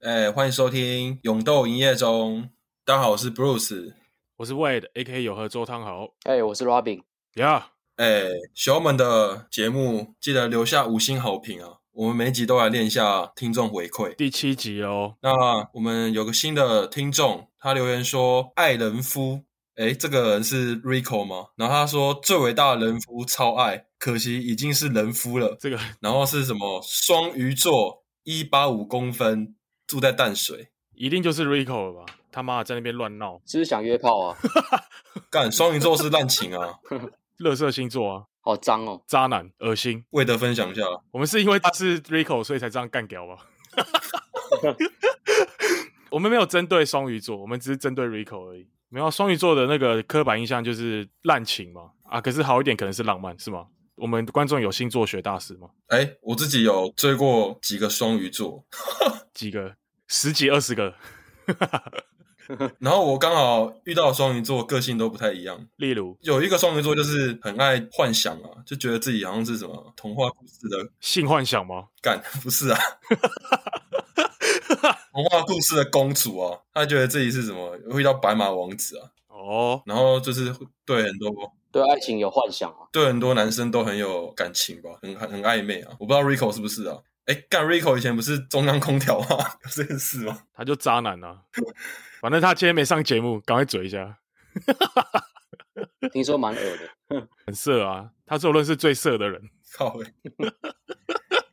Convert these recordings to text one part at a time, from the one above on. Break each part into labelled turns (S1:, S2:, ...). S1: 哎，欢迎收听《勇斗营业中》。大家好，我是 Bruce。
S2: 我是 Wade，A.K. 有和周汤豪
S3: 哎、我是 Robin，
S2: 呀。
S1: 哎，喜欢我们的节目，记得留下五星好评啊！我们每一集都来练一下听众回馈。
S2: 第七集哦，
S1: 那我们有个新的听众，他留言说：“爱人夫，哎，这个人是 Rico 吗？”然后他说：“最伟大的人夫超爱，可惜已经是人夫了。
S2: 这个”
S1: 然后是什么双鱼座，一八五公分，住在淡水。
S2: 一定就是 Rico 了吧？他妈的在那边乱闹，
S3: 是不是想约炮啊？
S1: 干，双鱼座是滥情啊！
S2: 乐色星座啊，
S3: 好脏哦！
S2: 渣男，恶心。
S1: 魏德分享一下，
S2: 我们是因为他是 Rico，所以才这样干掉吧？ 我们没有针对双鱼座，我们只是针对 Rico 而已。没有啊双鱼座的那个刻板印象就是滥情嘛，啊，可是好一点可能是浪漫，是吗？我们观众有星座学大师吗？
S1: 哎，我自己有追过几个双鱼座，
S2: 几个，十几二十个，
S1: 然后我刚好遇到的双鱼座个性都不太一样。
S2: 例如
S1: 有一个双鱼座就是很爱幻想啊，就觉得自己好像是什么童话故事的
S2: 性幻想吗？
S1: 干， 不是啊，童话故事的公主啊，她觉得自己是什么会遇到白马王子啊，
S2: 哦，
S1: 然后就是对很多
S3: 对爱情有幻想啊？
S1: 对很多男生都很有感情吧，很很很暧昧啊。我不知道 Rico 是不是啊？哎，干 Rico 以前不是中央空调吗？ 有这件事吗？
S2: 他就渣男啊。反正他今天没上节目，赶快嘴一下，
S3: 听说蛮恶的，
S2: 很色啊。他是我认识最色的人。
S1: 靠欸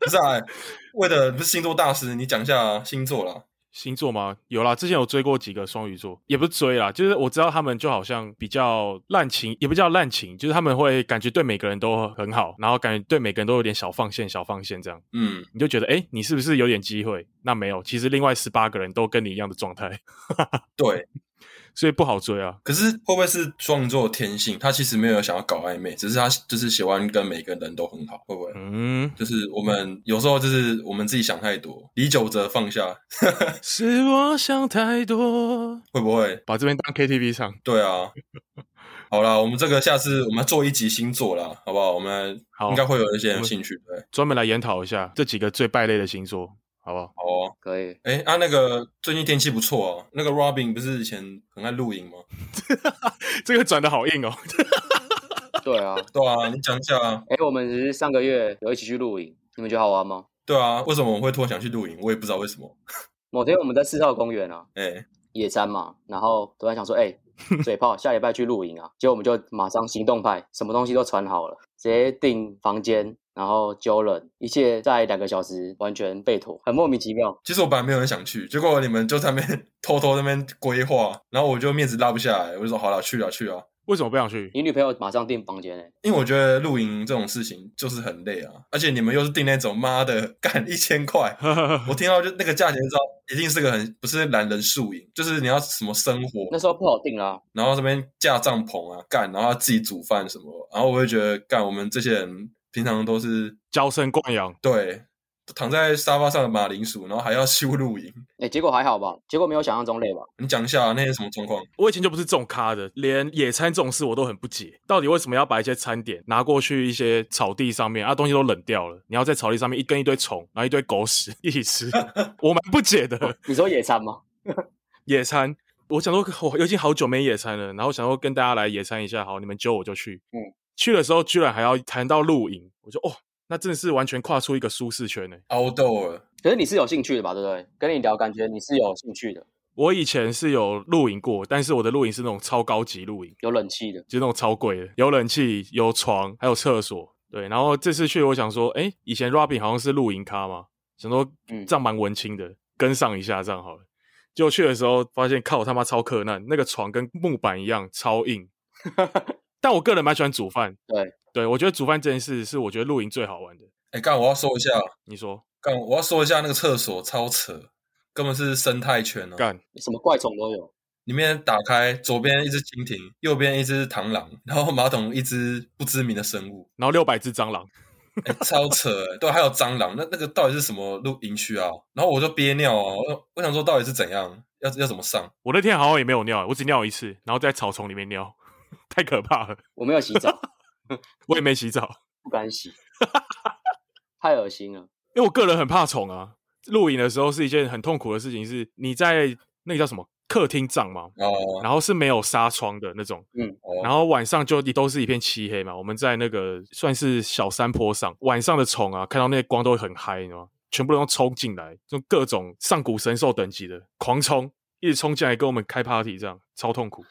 S1: 不是啊，为了不是星座大师，你讲一下星座啦。
S2: 星座吗？有啦，之前有追过几个双鱼座，也不是追啦，就是我知道他们就好像比较滥情，也不叫滥情，就是他们会感觉对每个人都很好，然后感觉对每个人都有点小放线、小放线这样，
S1: 嗯，
S2: 你就觉得哎，诶你是不是有点机会？那没有，其实另外十八个人都跟你一样的状态，
S1: 对。
S2: 所以不好追啊。
S1: 可是会不会是双鱼座的天性？他其实没有想要搞暧昧，只是他就是喜欢跟每个人都很好，会不会？
S2: 嗯，
S1: 就是我们有时候就是我们自己想太多，理久则放下，
S2: 是我想太多，
S1: 会不会？
S2: 把这边当 KTV 唱。
S1: 对 啊。好啦，我们这个下次我们做一集星座啦，好不好？我们
S2: 好
S1: 应该会有一些人有兴趣，对。
S2: 专门来研讨一下这几个最败类的星座，好不好？
S1: 好哦，
S3: 可以。
S1: 哎、啊，那个最近天气不错啊，那个 Robin 不是以前很爱露营吗？
S2: 这个转的好硬哦，
S3: 对啊，
S1: 对啊，你讲一下啊。
S3: 哎、我们只是上个月有一起去露营，你们觉得好玩吗？
S1: 对啊，为什么我会突然想去露营？我也不知道为什么。
S3: 某天我们在四号公园啊
S1: 哎、
S3: 野餐嘛，然后突然想说，哎、嘴炮，下礼拜去露营啊，结果我们就马上行动派，什么东西都传好了，直接订房间，然后揪人，一切在两个小时完全被妥，很莫名其妙。
S1: 其实我本来没有很想去，结果你们就在那边 偷偷在那边规划，然后我就面子拉不下来，我就说好了，去啊去啊。
S2: 为什么不想去？
S3: 你女朋友马上订房间哎、
S1: 因为我觉得露营这种事情就是很累啊，而且你们又是订那种妈的干一千块，我听到就那个价钱就知道一定是个很不是懒人宿营，就是你要什么生活
S3: 那，时候不好订啊啦、
S1: 然后这边架帐篷啊干，然后要自己煮饭什么，然后我就觉得干我们这些人平常都是
S2: 娇生惯养，
S1: 对躺在沙发上的马铃薯，然后还要修露营。
S3: 哎、结果还好吧？结果没有想象中累吧？
S1: 你讲一下啊那些什么状况？
S2: 我以前就不是这种咖的，连野餐这种事我都很不解，到底为什么要把一些餐点拿过去一些草地上面啊，东西都冷掉了，你要在草地上面一根一堆虫，然后一堆狗屎 一起吃，我蛮不解的。
S3: 你说野餐吗？
S2: 野餐，我想说，哦我已经好久没野餐了，然后想说跟大家来野餐一下，好，你们揪我就去。
S3: 嗯，
S2: 去的时候居然还要谈到露营，我就哦，那真的是完全跨出一个舒适圈呢。欸
S1: outdoor
S3: 可是你是有兴趣的吧？对不对？跟你聊，感觉你是有兴趣的，
S2: 我以前是有露营过，但是我的露营是那种超高级露营，
S3: 有冷气的。
S2: 就是那种超贵的，有冷气、有床，还有厕所。对，然后这次去，我想说，哎，以前 Robin 好像是露营咖嘛，想说
S3: 嗯
S2: 这样蛮文青的，跟上一下这样好了。结果去的时候发现，靠他妈超克难，那个床跟木板一样超硬。但我个人蛮喜欢煮饭，
S3: 对
S2: 对，我觉得煮饭这件事是我觉得露营最好玩的。
S1: 哎，干、我要说一下，
S2: 你说
S1: 干我要说一下那个厕所超扯，根本是生态圈啊！
S2: 干
S3: 什么怪虫都有。
S1: 里面打开，左边一只蜻蜓，右边一只螳螂，然后马桶一只不知名的生物，
S2: 然后六百只蟑螂，
S1: 哎，超扯、欸！对，还有蟑螂，那那个到底是什么露营区啊？然后我就憋尿哦，我我想说到底是怎样，要要怎么上？
S2: 我那天好像也没有尿，我只尿一次，然后在草丛里面尿， 太可怕了。
S3: 我没有洗 澡，
S2: 我也没洗澡，
S3: 不敢洗，太恶心了。
S2: 因为我个人很怕虫啊。露营的时候是一件很痛苦的事情，是你在那个叫什么客厅帐嘛，
S1: 哦，
S2: 然后是没有纱窗的那种，
S1: 哦
S2: 然后晚上就都是一片漆黑嘛。我们在那个算是小山坡上，晚上的虫啊，看到那些光都会很嗨，你知道吗？全部都冲进来，就各种上古神兽等级的狂冲，一直冲进来跟我们开 party，这样超痛苦。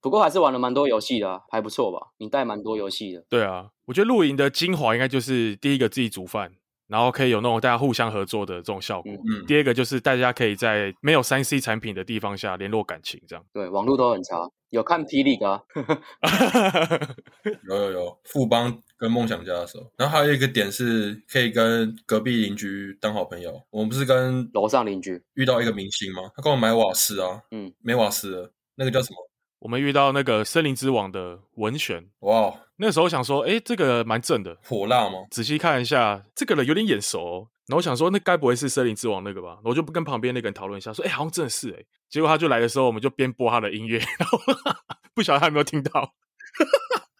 S3: 不过还是玩了蛮多游戏的、啊，还不错吧？你带蛮多游戏的，
S2: 对啊，我觉得露营的精华应该就是第一个自己煮饭，然后可以有那种大家互相合作的这种效果。
S3: 嗯
S1: 嗯
S2: 第二个就是大家可以在没有三 C 产品的地方下联络感情，这样。
S3: 对，网络都很差。有看霹雳的、啊，
S1: 有有有，富邦跟梦想家的时候，然后还有一个点是可以跟隔壁邻居当好朋友。我们不是跟
S3: 楼上邻居，
S1: 遇到一个明星吗？他跟我买瓦斯啊，
S3: 嗯，
S1: 没瓦斯了，那个叫什么？
S2: 我们遇到那个森林之王的文选，
S1: 哇哦，
S2: 那时候想说，诶，这个蛮正的，
S1: 火辣吗？
S2: 仔细看一下，这个人有点眼熟、哦。然后我想说，那该不会是森林之王那个吧？然后我就不跟旁边那个人讨论一下，说，诶，好像真的是诶。结果他就来的时候，我们就边播他的音乐， 然后不晓得他有没有听到《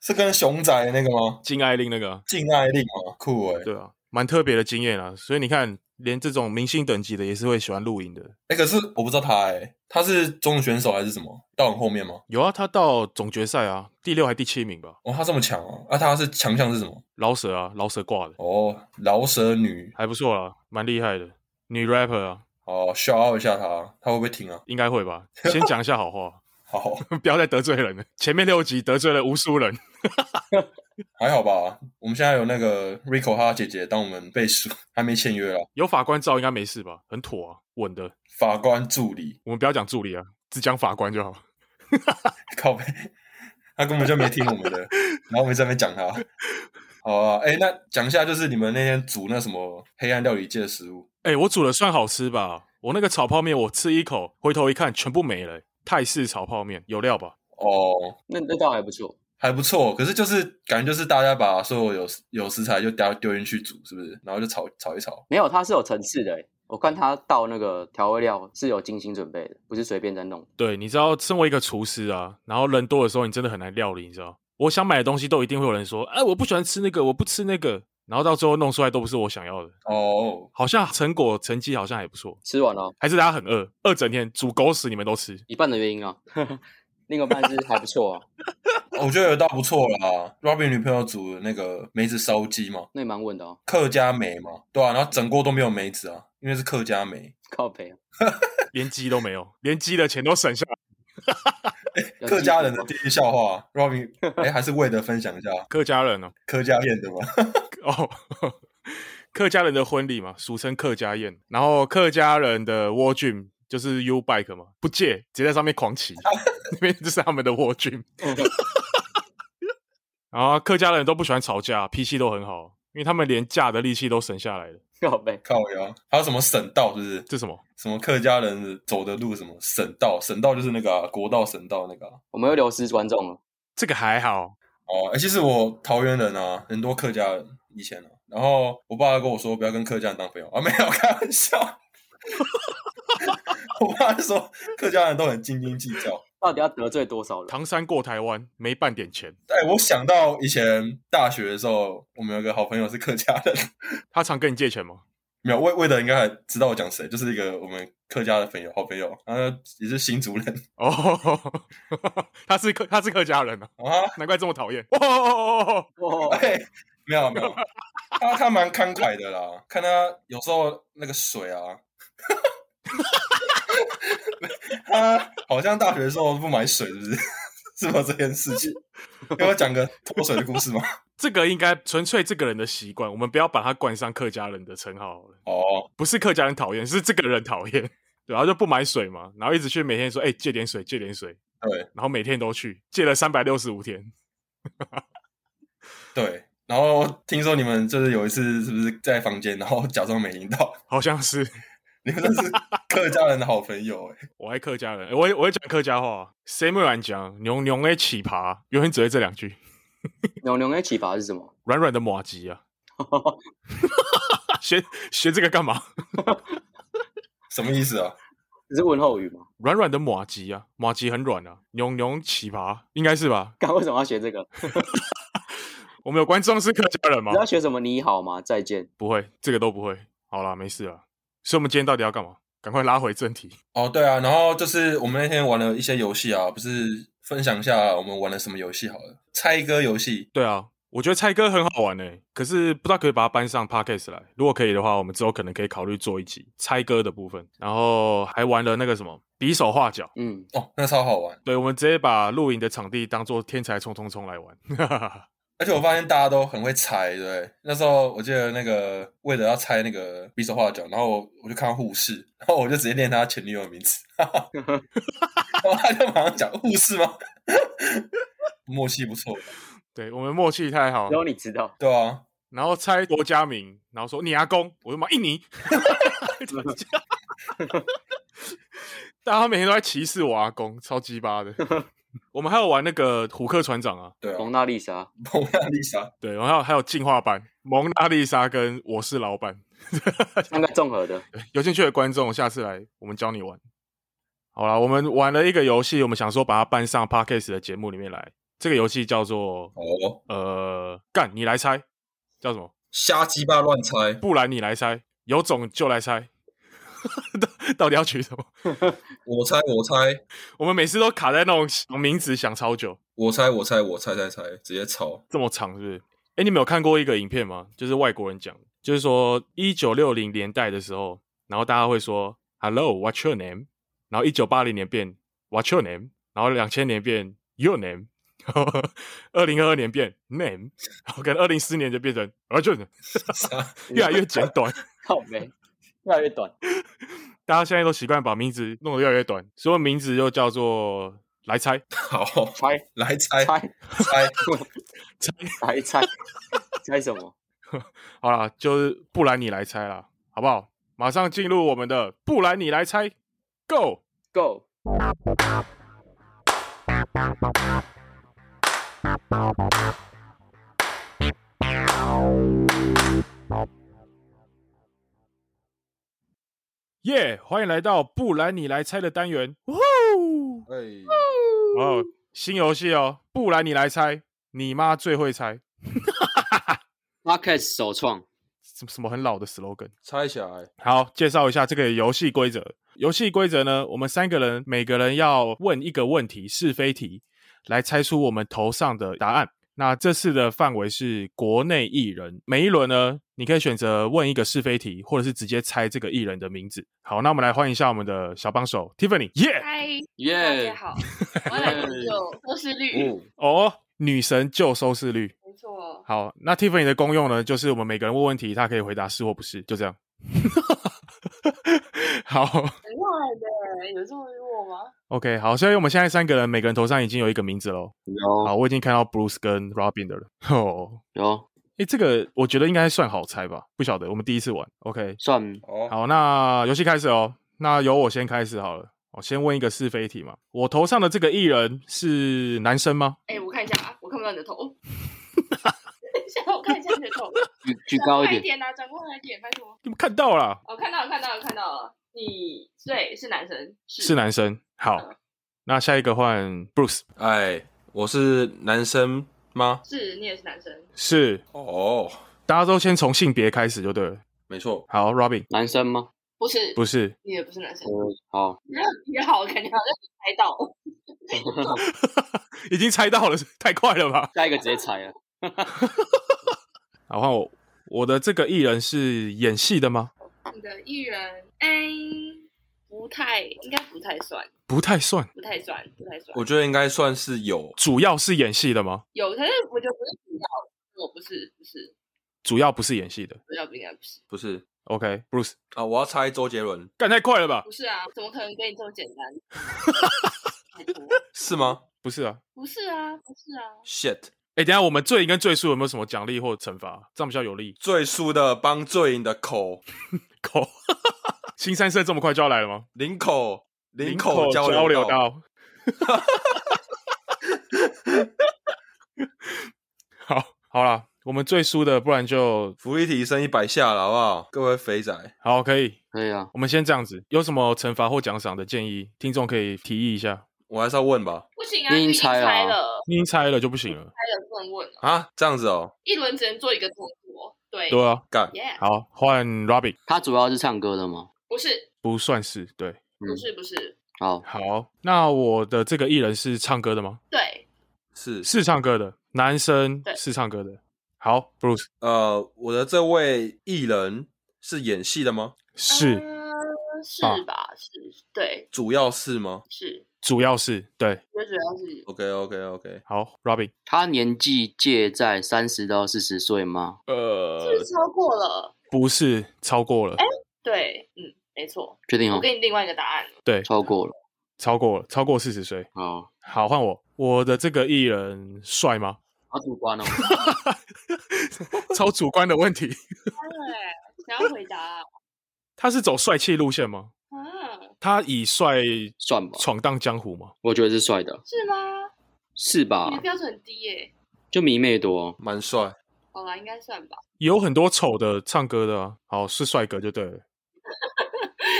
S1: 是跟熊仔那个吗？
S2: 金爱令》那个啊，
S1: 禁爱令吗？酷哎、欸！
S2: 对啊，蛮特别的经验啊。所以你看，连这种明星等级的也是会喜欢露营的。
S1: 哎、可是我不知道他哎、他是中文选手还是什么？到很后面吗？
S2: 有啊，他到总决赛啊，第六还第七名吧，
S1: 哦，他这么强啊！啊，他是强项是什么？
S2: 饶舌啊，饶舌挂的，
S1: 哦，饶舌女
S2: 还不错啦，蛮厉害的，女 rapper 啊，
S1: 哦，笑傲一下他，他会不会听啊？
S2: 应该会吧。先讲一下好话，
S1: 好，
S2: 不要再得罪人了。前面六集得罪了无数人，
S1: 还好吧。我们现在有那个 Rico 他姐姐当我们背书， 还没签约啦。啊
S2: 有法官照应该没事吧？很妥啊，稳的。
S1: 法官助理，
S2: 我们不要讲助理啊，只讲法官就好。
S1: 靠背， 他根本就没听我们的，然后我们在那边讲他。好啊，哎、那讲一下就是你们那天煮那什么黑暗料理界的食物，
S2: 哎、我煮的算好吃吧？我那个炒泡面，我吃一口，回头一看，全部没了、欸泰式炒泡面有料吧？
S1: 哦，
S3: 那那倒还不错。
S1: 还不错，可是就是感觉就是大家把所有有有食材就丢丢进去煮，是不是？然后就炒炒一炒。
S3: 没有，它是有层次的欸。我看它倒那个调味料是有精心准备的，不是随便在弄的。
S2: 对，你知道，身为一个厨师啊，然后人多的时候，你真的很难料理，你知道？我想买的东西都一定会有人说，哎，我不喜欢吃那个，我不吃那个，然后到最后弄出来都不是我想要的。
S1: 哦，
S2: 好像成果成绩好像还不错，
S3: 吃完了，
S2: 还是大家很饿，饿整天煮狗屎，你们都吃。
S3: 一半的原因啊， 另外一半是还不错啊，
S1: 哦我觉得有道不错啦。Robin 女朋友煮的那个梅子烧鸡嘛，
S3: 那也蛮稳的哦，
S1: 客家梅嘛，对啊，然后整锅都没有梅子啊，因为是客家梅。
S3: 靠北啊。
S2: 连鸡都没有，连鸡的钱都省下来。
S3: 要
S1: 客家人
S3: 记
S1: 的
S3: 住啊
S1: 地狱笑话，Robin，哎， 还是为的分享一下
S2: 客家人哦，
S1: 客家宴的嘛。
S2: 哦，客家人的婚礼嘛，俗称客家宴。然后客家人的 war gym 就是 U bike 嘛，不借，直接在上面狂骑， 那边就是他们的 war gym。然后客家人都不喜欢吵架，脾气都很好，因为他们连架的力气都省下来了。
S3: 靠北，
S1: 靠呀，还有什么省道是不是？
S2: 这什么？
S1: 什么客家人走的路什么省道？省道就是那个、啊、国道省道那个、啊。
S3: 我们又流失观众了。
S2: 这个还好，
S1: 哦，哎、其实我桃园人啊，很多客家人以前啊，然后我爸跟我说不要跟客家人当朋友啊，没有开玩笑。 我爸就说客家人都很斤斤计较。
S3: 到底要得罪多 少人？
S2: 唐山过台湾没半点钱，
S1: 哎、我想到以前大学的时候，我们有个好朋友是客家人，
S2: 他常跟你借钱吗？
S1: 没有魏魏德应该还知道我讲谁，就是一个我们客家的朋友，好朋友，然后也是新族人
S2: 哦， 他是客他是客家人啊，
S1: 啊，
S2: 难怪这么讨厌。哦哦哦哦哦，
S3: 哦，
S1: 哎、没有没有，他他蛮慷慨的啦，看他有时候那个水啊，他好像大学的时候不买水，是不是？ 是吗？这件事情，要我讲个脱水的故事吗？
S2: 这个应该纯粹这个人的习惯，我们不要把他冠上客家人的称号好了。
S1: 哦，
S2: 不是客家人讨厌，是这个人讨厌。对，然后就不买水嘛，然后一直去每天说，哎、借点水，借点水，
S1: 对
S2: 然后每天都去，借了三百六十五天。
S1: 对。然后听说你们就是有一次，是不是在房间，然后假装没听到？
S2: 好像是
S1: 你们真是客家人的好朋友哎、
S2: 我爱客家人，诶欸我会我会讲客家话，啊谁没敢讲？牛牛诶起爬，永远只会这两句，
S3: 牛牛的启发是什么？
S2: 软软的马吉 啊，学学这个干嘛？
S1: 什么意思啊？
S3: 这是问候语吗？
S2: 软软的马吉啊，马吉很软啊，牛牛起爬应该是吧？
S3: 干为什么要学这个？
S2: 我们有观众是客家人吗
S3: 你？要学什么？你好吗？再见。
S2: 不会，这个都不会。好啦，没事了。所以我们今天到底要干嘛？赶快拉回正题。
S1: 哦，对啊，然后就是我们那天玩了一些游戏啊，不是分享一下我们玩了什么游戏好了？猜歌游戏，
S2: 对啊，我觉得猜歌很好玩诶、欸可是不知道可以把它搬上 podcast 来。如果可以的话，我们之后可能可以考虑做一集猜歌的部分。然后还玩了那个什么比手画脚，
S3: 嗯，
S1: 哦，那超好玩，
S2: 对，我们直接把露营的场地当做天才冲冲冲来玩。
S1: 而且我发现大家都很会猜，对不对？那时候我记得那个为了要猜那个比手画脚，然后我我就看到护士，然后我就直接念他前女友的名字，然后他就马上讲护士吗？ 默契不错，
S2: 对我们默契太好
S3: 只，有你知道。
S1: 对啊，
S2: 然后猜国家名，然后说你阿公，我就骂印尼。 大家每天都在歧视我阿公，超鸡巴的。我们还有玩那个虎克船长啊，
S1: 对啊，
S3: 蒙娜丽莎，
S1: 蒙娜丽莎，
S2: 对，然后还有进化版《蒙娜丽莎》跟《我是老板》
S3: 三个综合 的，
S2: 对有兴趣的观众下次来，我们教你玩。好啦，我们玩了一个游戏，我们想说把它搬上 podcast 的节目里面来。这个游戏叫做
S1: 哦，
S2: 呃，干你来猜，叫什么？
S1: 瞎鸡巴乱猜，
S2: 不然你来猜，有种就来猜。 到到底要取什么？
S1: 我猜我猜
S2: 我们每次都卡在那种想名字想超久，
S1: 我猜我猜我猜猜猜，直接抄，
S2: 这么长是不是？哎，你们有看过一个影片吗？就是外国人讲，就是说一九六零年代的时候，然后大家会说 “Hello，What's your name？” 然后一九八零年变 “What's your name？” 然后两千年变 “Your name”，二零二二年变 “Name”，然后跟二零四年就变成 “What's your name？” 越来越简短。
S3: 靠没，越来越短。
S2: 大家现在都习惯把名字弄得越来越短，所以名字就叫做来猜。
S1: 好，
S3: 猜
S1: 来猜
S3: 猜
S1: 猜，
S3: 猜猜猜什么？
S2: 好啦，就是不然你来猜啦，好不好？马上进入我们的不然你来猜，Go！
S3: Go！
S2: 耶欢迎来到不然你来猜的单元。呜
S1: 哎，
S2: 呼！哦，新游戏哦，不然你来猜，你妈最会猜，
S3: Podcast 首创，
S2: 什么什么很老的 slogan。
S1: 猜起来，
S2: 好，介绍一下这个游戏规则。游戏规则呢，我们三个人每个人要问一个问题，是非题，来猜出我们头上的答案。那这次的范围是国内艺人，每一轮呢，你可以选择问一个是非题，或者是直接猜这个艺人的名字。好，那我们来欢迎一下我们的小帮手 Tiffany，耶、
S4: 嗨，哎大
S3: 耶
S4: 家！好，我要来研究收视率，
S3: 哦，
S2: 哦，女神救收视率。
S4: 没错，
S2: 好，那 Tiffany 的功用呢，就是我们每个人问问题，她可以回答是或不是，就这样。 好，
S4: 很快的，有这么弱吗？
S2: OK，好，所以我们现在三个人每个人头上已经有一个名字喽。好，
S3: 有
S2: 我已经看到 Bruce 跟 Robin 的了。哦，
S3: 有
S2: 诶，这个我觉得应该算好猜吧？不晓得，我们第一次玩。OK，
S3: 算
S1: 哦，
S2: 好，那游戏开始哦。那由我先开始好了。我先问一个是非题嘛。我头上的这个艺人是男生吗？
S4: 哎，我看一下啊，我看不到你的头，等一下，我看一下你的头，
S3: 举举高一
S4: 转过来
S3: 点，
S4: 一点啊，转过来一点，拜托，
S2: 你们看到了，
S4: 我看到了，看到了，看到了，你对是男生，
S2: 是男生。好，那下一个换 Bruce，
S1: 哎，我是男生吗？
S4: 是你也是男生，
S2: 是
S1: 哦，
S2: 大家都先从性别开始就对了。
S1: 没错，
S2: 好，Robin
S3: 男生吗？
S4: 不是，
S2: 不是，
S4: 你也不是男生，
S3: 嗯，好，
S4: 你你好，感觉好像你猜到了，
S2: 已经猜到了， 太快了吧？
S3: 下一个直接猜了。
S2: 然后我的这个艺人是演戏的吗？
S4: 你的艺人，哎，不太，应该不太算，
S2: 不太算，
S4: 不太算，不太算。
S1: 我觉得应该算是有，
S2: 主要是演戏的吗？
S4: 有，可是我觉得不是主要，我不是，不是
S2: 主要不是演戏的。
S4: 主要不应该不是，
S1: 不是
S2: OK，Bruce，、
S1: 啊？我要猜周杰伦
S2: 干太快了吧？
S4: 不是啊，怎么可能跟你这么简单？ 拜托
S1: 是吗
S2: 不是啊。
S4: 不是啊，不是啊，
S1: ？Shit，
S2: 哎，等一下我们最赢跟最输有没有什么奖励或惩罚？这样比较有 利。
S1: 最输的帮最赢的口，
S2: 口， 新三社这么快就要来了吗？
S1: 领口领口
S2: 口
S1: 交
S2: 流
S1: 流道，
S2: 道。好，好啦，我们最输的，不然就
S1: 福利提升一百下了，好不好？各位肥仔，
S2: 好可以。
S3: 可以啊，
S2: 我们先这样子，有什么惩罚或奖赏的建议，听众可以提议一下。
S1: 我还是要问吧？
S4: 不行啊，
S3: 你已经
S4: 已
S3: 猜
S4: 猜
S3: 了啊
S4: 了，
S2: 你已经猜了就不行了。
S4: 猜了不能问了，
S1: 啊，这样子哦，
S4: 一轮只能做一个动作，对
S2: 对啊，
S1: 干，
S4: ，Yeah，
S2: 好，换 Robin。
S3: 他主要是唱歌的吗？
S4: 不是，
S2: 不算是对。
S4: 不
S3: 嗯
S4: 是，不是，
S3: 好，
S2: 好，那我的这个艺人是唱歌的吗？
S4: 对，
S1: 是
S2: 是唱歌的，男生
S4: 对
S2: 是唱歌的。好，Bruce
S1: 呃，我的这位艺人是演戏的吗？
S2: 是，
S4: 呃是
S2: 吧
S4: 吧？是，对，
S1: 主要是吗
S4: 是，
S2: 主要是对。
S4: 我觉得主要是
S1: ？OK OK OK，
S2: 好，Robin，
S3: 他年纪介在三十到四十岁吗？
S2: 呃
S4: 是不是超过了？
S2: 不是超过了，
S4: 对，嗯，没错。
S3: 确定
S4: 我
S3: 哦，
S4: 给你另外一个答案，
S2: 对，
S3: 超过了。
S2: 超过了，超过四十岁。
S3: 哦，
S2: 好，换我，我的这个艺人帅吗？
S3: 好主观哦。
S2: 超主观的问题，
S4: 对，想要回答
S2: 他是走帅气路线吗？
S4: 啊？
S2: 他以帅
S3: 算吧，
S2: 闯荡江湖吗？
S3: 我觉得是帅的，
S4: 是吗？
S3: 是吧
S4: 你的？标准很低耶。
S3: 就迷妹多，哦
S1: 蛮帅。
S4: 好啦，应该算吧。
S2: 有很多丑的唱歌的啊，好是帅哥就对了。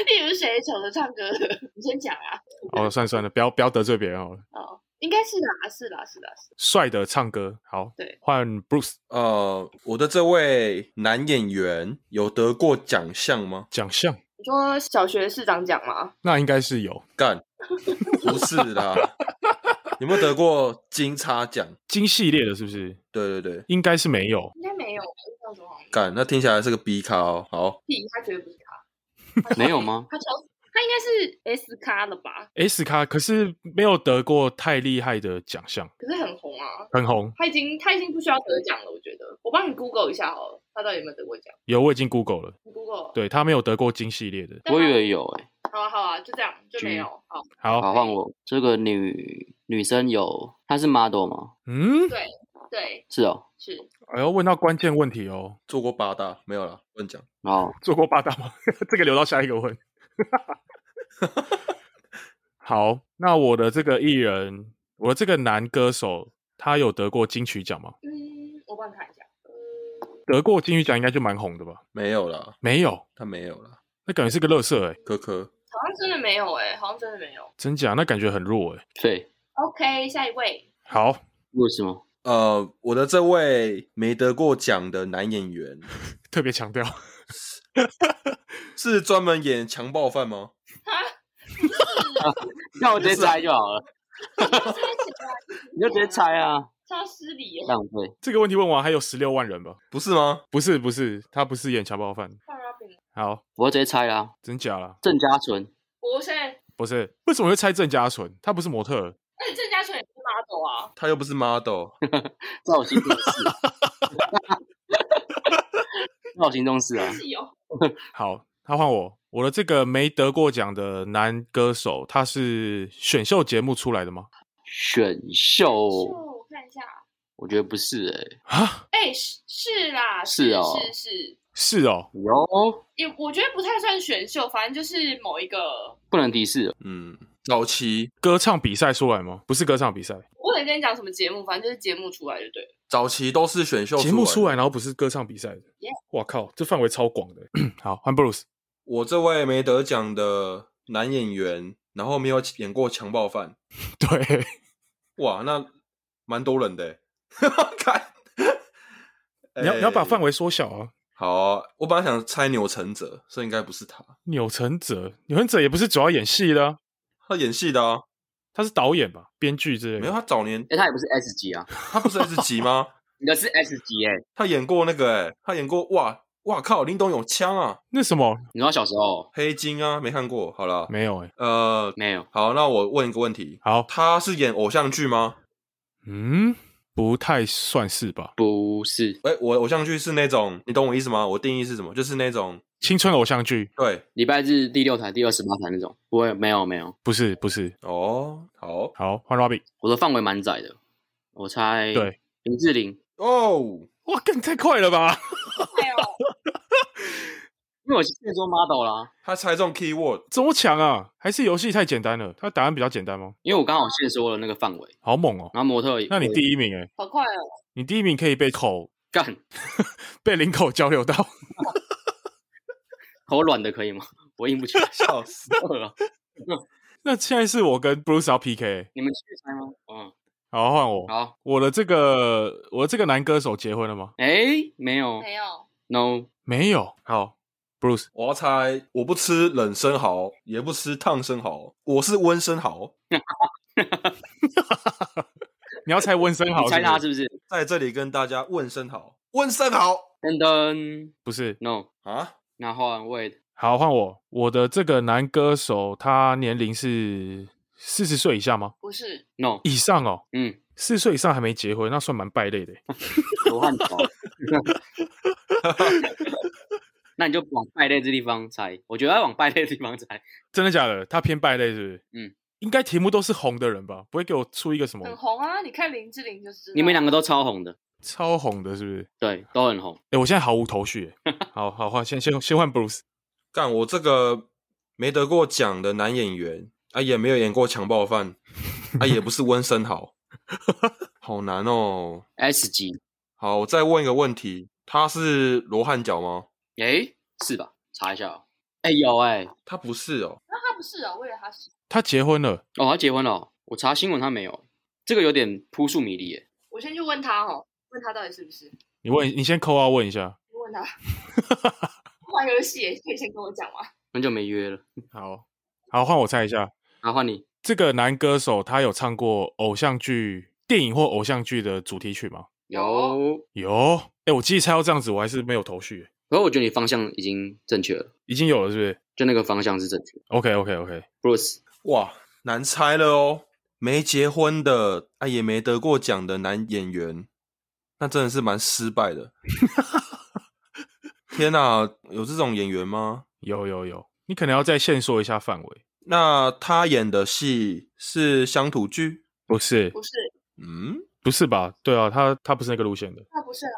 S4: 例如谁抢着唱歌的？你先讲啊。
S2: 哦，算了算了，不要不要得罪别人好了。
S4: 哦，应该是啦，是啦，是啦，是啦。
S2: 帅的唱歌，好，
S4: 对，
S2: 换 Bruce
S1: 呃，我的这位男演员有得过奖项吗？
S2: 奖项，
S4: 你说小学市长奖吗？
S2: 那应该是有
S1: 干，不是啦，有没有得过金叉奖？
S2: 金系列的，是不是？
S1: 对对对，
S2: 应该是没有。
S4: 应该没有，我印象中好像
S1: 干，那听起来是个 B 咖哦。好，
S4: 屁，他绝对不是 他，
S3: 没有吗？
S4: 他超他应该是 S 咖了吧？
S2: S 咖可是没有得过太厉害的奖项，
S4: 可是很红啊。
S2: 很红。
S4: 他已经他已经不需要得奖了，我觉得。我帮你 Google 一下好了，他到底有没有得过奖？
S2: 有，我已经 Google 了，
S4: 你 Google。
S2: 对他没有得过金系列的。
S4: 但
S3: 我
S4: 他
S3: 以为有诶、
S4: 好啊好啊，就这样就没有。好，
S2: 好，
S3: 好，换我。这个女女生有，她是 model 吗？
S2: 嗯，
S4: 对，
S3: 是哦。
S4: 是
S2: 我哎要问到关键问题哦，
S1: 做过八大没有啦，乱讲。
S3: 哦，
S2: 做过八大吗？ 这个留到下一个问。好，那我的这个艺人，我的这个男歌手，他有得过金曲奖吗？
S4: 嗯，我帮你看一下。嗯，
S2: 得过金曲奖应该就蛮红的吧？
S1: 没有啦，
S2: 没有，
S1: 他没有啦。
S2: 那感觉是个乐色哎，
S1: 科科，
S4: 好像真的没有哎、好像真的没有。
S2: 真假？那感觉很弱哎。
S3: 对，
S4: OK，下一位，
S2: 好，
S3: 为什么？
S1: 呃，我的这位没得过奖的男演员
S2: 特别强调，
S1: 是专门演强暴犯吗？
S3: 那我直接猜就好了，你
S4: 你
S3: 就直接猜，啊，
S4: 超失礼耶。
S3: 浪费。
S2: 这个问题问完还有十六万人吧？
S1: 不是吗？
S2: 不是，不是，他不是演强暴犯。
S4: 换 Robin，
S2: 好，
S3: 我直接猜啦，
S2: 真假啦？
S3: 郑嘉纯
S4: 我现在，
S2: 不是，为什么会猜郑嘉纯？他不是模特儿，
S4: 而且哎郑嘉纯也是 model 啊，
S1: 他又不是 model，
S3: 在我心中 是，在我心中是啊，
S4: 是哦。
S2: 好，他换我。我的这个没得过奖的男歌手，他是选秀节目出来的吗？
S3: 选
S4: 秀，
S3: 秀，
S4: 我看一下，
S3: 我觉得不是欸诶、
S2: 啊，
S4: 哎、是是啦，
S3: 是哦
S4: 是是，
S2: 是哦，
S3: 有
S4: 也我觉得不太算选秀，反正就是某一个。
S3: 不能敌视，
S1: 嗯，早期
S2: 歌唱比赛出来吗？不是歌唱比赛，
S4: 我得跟你讲什么节目，反正就是节目出来就对了。
S1: 早期都是选秀
S2: 节目出
S1: 出
S2: 来，然后不是歌唱比赛的
S4: Yeah。
S2: 我靠，这范围超广的。 好，换 Bruce。
S1: 我这位没得奖的男演员，然后没有演过强暴犯，哎
S2: 对，
S1: 哇，那蛮多人的欸。 看，
S2: 你要你要把范
S1: 围
S2: 围缩小啊。
S1: 好啊、我本来想猜钮承泽，所以应该不是他，
S2: 钮承泽，钮承泽也不是主要演戏的啊、
S1: 他演戏的啊，
S2: 他是导演吧，编剧之类
S1: 没
S2: 的
S1: 有。他啊早年
S3: 诶、他也不是 S 级啊，
S1: 他不是 S 级吗？
S3: 你的是 S 级欸诶、
S1: 他演过那个、欸，他演过哇哇靠，林董有枪啊，
S2: 那什么
S3: 你说小时候
S1: 黑金啊，没看过，好啦，
S2: 没有哎、
S1: 呃，
S3: 没有，
S1: 好，那我问一个问题，
S2: 好，
S1: 他是演偶像剧吗？
S2: 嗯，不太算是吧？
S3: 不是，
S1: 哎、我偶像剧是那种，你懂我意思吗？我定义是什么？就是那种
S2: 青春偶像剧
S1: 对
S3: 礼拜日第六台、第二十八台那种，不会，没有没有，
S2: 不是不是。
S1: 哦，好
S2: 好，换 Robby。
S3: 我的范围蛮窄的，我猜
S2: 对，
S3: 林志玲，
S1: 哦，
S2: 哇，更太快了吧！
S4: 哎呦，
S3: 因为我现在做 model 啦，
S1: 他猜中 keyword，
S2: 怎么抢啊？还是游戏太简单了？他答案比较简单吗？
S3: 因为我刚好现说了那个范围，
S2: 好猛哦！
S3: 然后模特也，
S2: 那你第一名哎、
S4: 好快哦！
S2: 你第一名可以被口
S3: 干
S2: 被领口交流到，
S3: 口软的可以吗？我硬不起来，
S1: 笑死，
S3: 饿了。
S2: 那现在是我跟 Bruce 要 PK，欸
S3: 你们去猜吗？嗯，
S2: 好换我。
S3: 好。
S2: 我的这个我的这个男歌手结婚了吗？
S3: 哎，没有
S4: 没有，
S3: ，no，
S2: 没有。好， Bruce，
S1: 我要猜，我不吃冷生蚝，也不吃烫生蚝，我是温生蚝。
S2: 你要猜温森豪
S3: 你
S2: 是不
S3: 猜
S2: 是？
S3: 他是不是？
S1: 在这里跟大家问生蚝，问生蚝
S3: 噔噔
S2: 不是？
S3: ，no，
S1: 啊！
S3: 然后 wait，
S2: 好，换我。我的这个男歌手，他年龄是四十岁以下吗？
S4: 不是
S3: no，
S2: 以上哦，
S3: 嗯，
S2: 四十岁以上还没结婚，那算蛮败类的。欸
S3: 罗汉堡。那你就往败类这地方猜，我觉得要往败类的地方猜。
S2: 真的假的？他偏败类是不是？
S3: 嗯，
S2: 应该题目都是红的人吧，不会给我出一个什么
S4: 很红啊！你看林志玲就知道。
S3: 你们两个都超红的，
S2: 超红的，是不是？
S3: 对，都很红。
S2: 哎、我现在毫无头 绪耶。好好换，先先先换 Bruce。
S1: 干我这个没得过奖的男演员啊，也没有演过强暴犯，啊，也不是温生蚝， 好难哦。
S3: S 级，
S1: 好，我再问一个问题，他是罗汉脚吗？
S3: 诶，是吧？查一下、哦。哎、有哎、
S1: 他不是哦，
S4: 那他不是哦，我以为他是。
S2: 他结婚了，
S3: 哦，他结婚了哦、我查新闻他没有，这个有点扑朔迷离耶。
S4: 我先去问他哦，问他到底是不是？
S2: 你问，你先扣啊，问一下。
S4: 问他。玩游戏也可以先跟我讲吗？
S3: 很久没约了，
S2: 好，好，换我猜一下。
S3: 然后换你。
S2: 这个男歌手他有唱过偶像剧、电影或偶像剧的主题曲吗？
S3: 有，
S2: 有，哎、我记忆猜到这样子，我还是没有头绪耶，
S3: 可是我觉得你方向已经正确了，
S2: 已经有了是不是
S3: 就那个方向是正确的。
S2: ？OK OK OK，
S3: Bruce，
S1: 哇，难猜了哦。没结婚的啊，也没得过奖的男演员，那真的是蛮失败的。 天哪、有这种演员吗？
S2: 有有有，你可能要再限缩一下范围。
S1: 那他演的戏是乡土剧？
S2: 不是，
S4: 不是，
S1: 嗯，
S2: 不是吧？对啊，他他不是那个路线的。
S4: 他不是啊。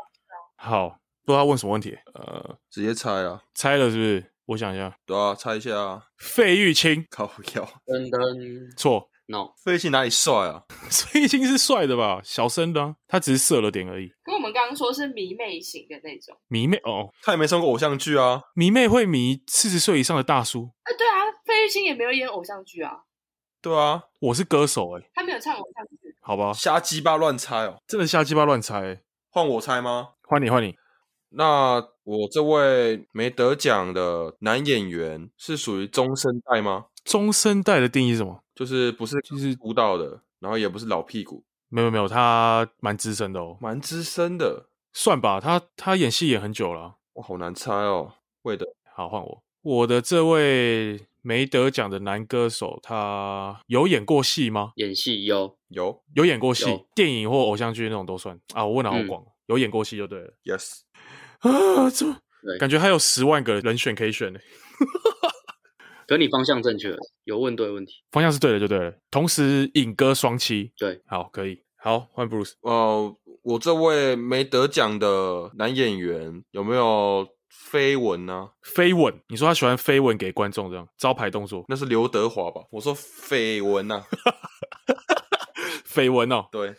S2: 好，不知道问什么问题，呃，
S1: 直接猜啊，
S2: 猜了是不是？我想一下，
S1: 对啊，猜一下啊。
S2: 费玉清
S1: 靠腰，
S3: 噔噔
S2: 错，
S3: ，No，
S1: 费玉清哪里帅啊？
S2: 费玉清是帅的吧？小生的啊、他只是色了点而已。
S4: 跟我们刚刚说是迷妹型的那种。
S2: 迷妹哦，
S1: 他也没上过偶像剧啊。
S2: 迷妹会迷四十岁以上的大叔。
S4: 啊，对啊，费玉清也没有演偶像剧啊，
S1: 对啊，
S2: 我是歌手哎、
S4: 他没有唱偶像剧。
S2: 好吧，
S1: 瞎鸡巴乱猜哦。
S2: 真的瞎鸡巴乱猜、欸。
S1: 换我猜吗？
S2: 换你，换你，
S1: 那我这位没得奖的男演员是属于中生代吗？
S2: 中生代的定义是什么？
S1: 就是不是
S2: 就是
S1: 出道的，然后也不是老屁股，
S2: 没有没有，他蛮资深的哦，
S1: 蛮资深的。
S2: 算吧，他他演戏演很久了啊。
S1: 哇，好难猜哦。会的，
S2: 好，换我。我的这位没得奖的男歌手，他有演过戏吗？
S3: 演戏有
S1: 有嗯
S2: 有演过戏
S3: 有，
S2: 电影或偶像剧那种都算啊。我问的好广，有演过戏就对了
S1: yes。
S2: 啊。这么
S3: 对
S2: 感觉还有十万个人选可以选呢，
S3: 可你方向正确了，有问对问题。
S2: 方向是对的就对了。同时影歌双栖，
S3: 对，
S2: 好，可以，好换 Bruce。
S1: 呃，我这位没得奖的男演员有没有啊绯闻呢？
S2: 飞吻，你说他喜欢飞吻给观众这样招牌动作，
S1: 那是刘德华吧？我说绯闻呐，
S2: 绯闻哦，
S1: 对，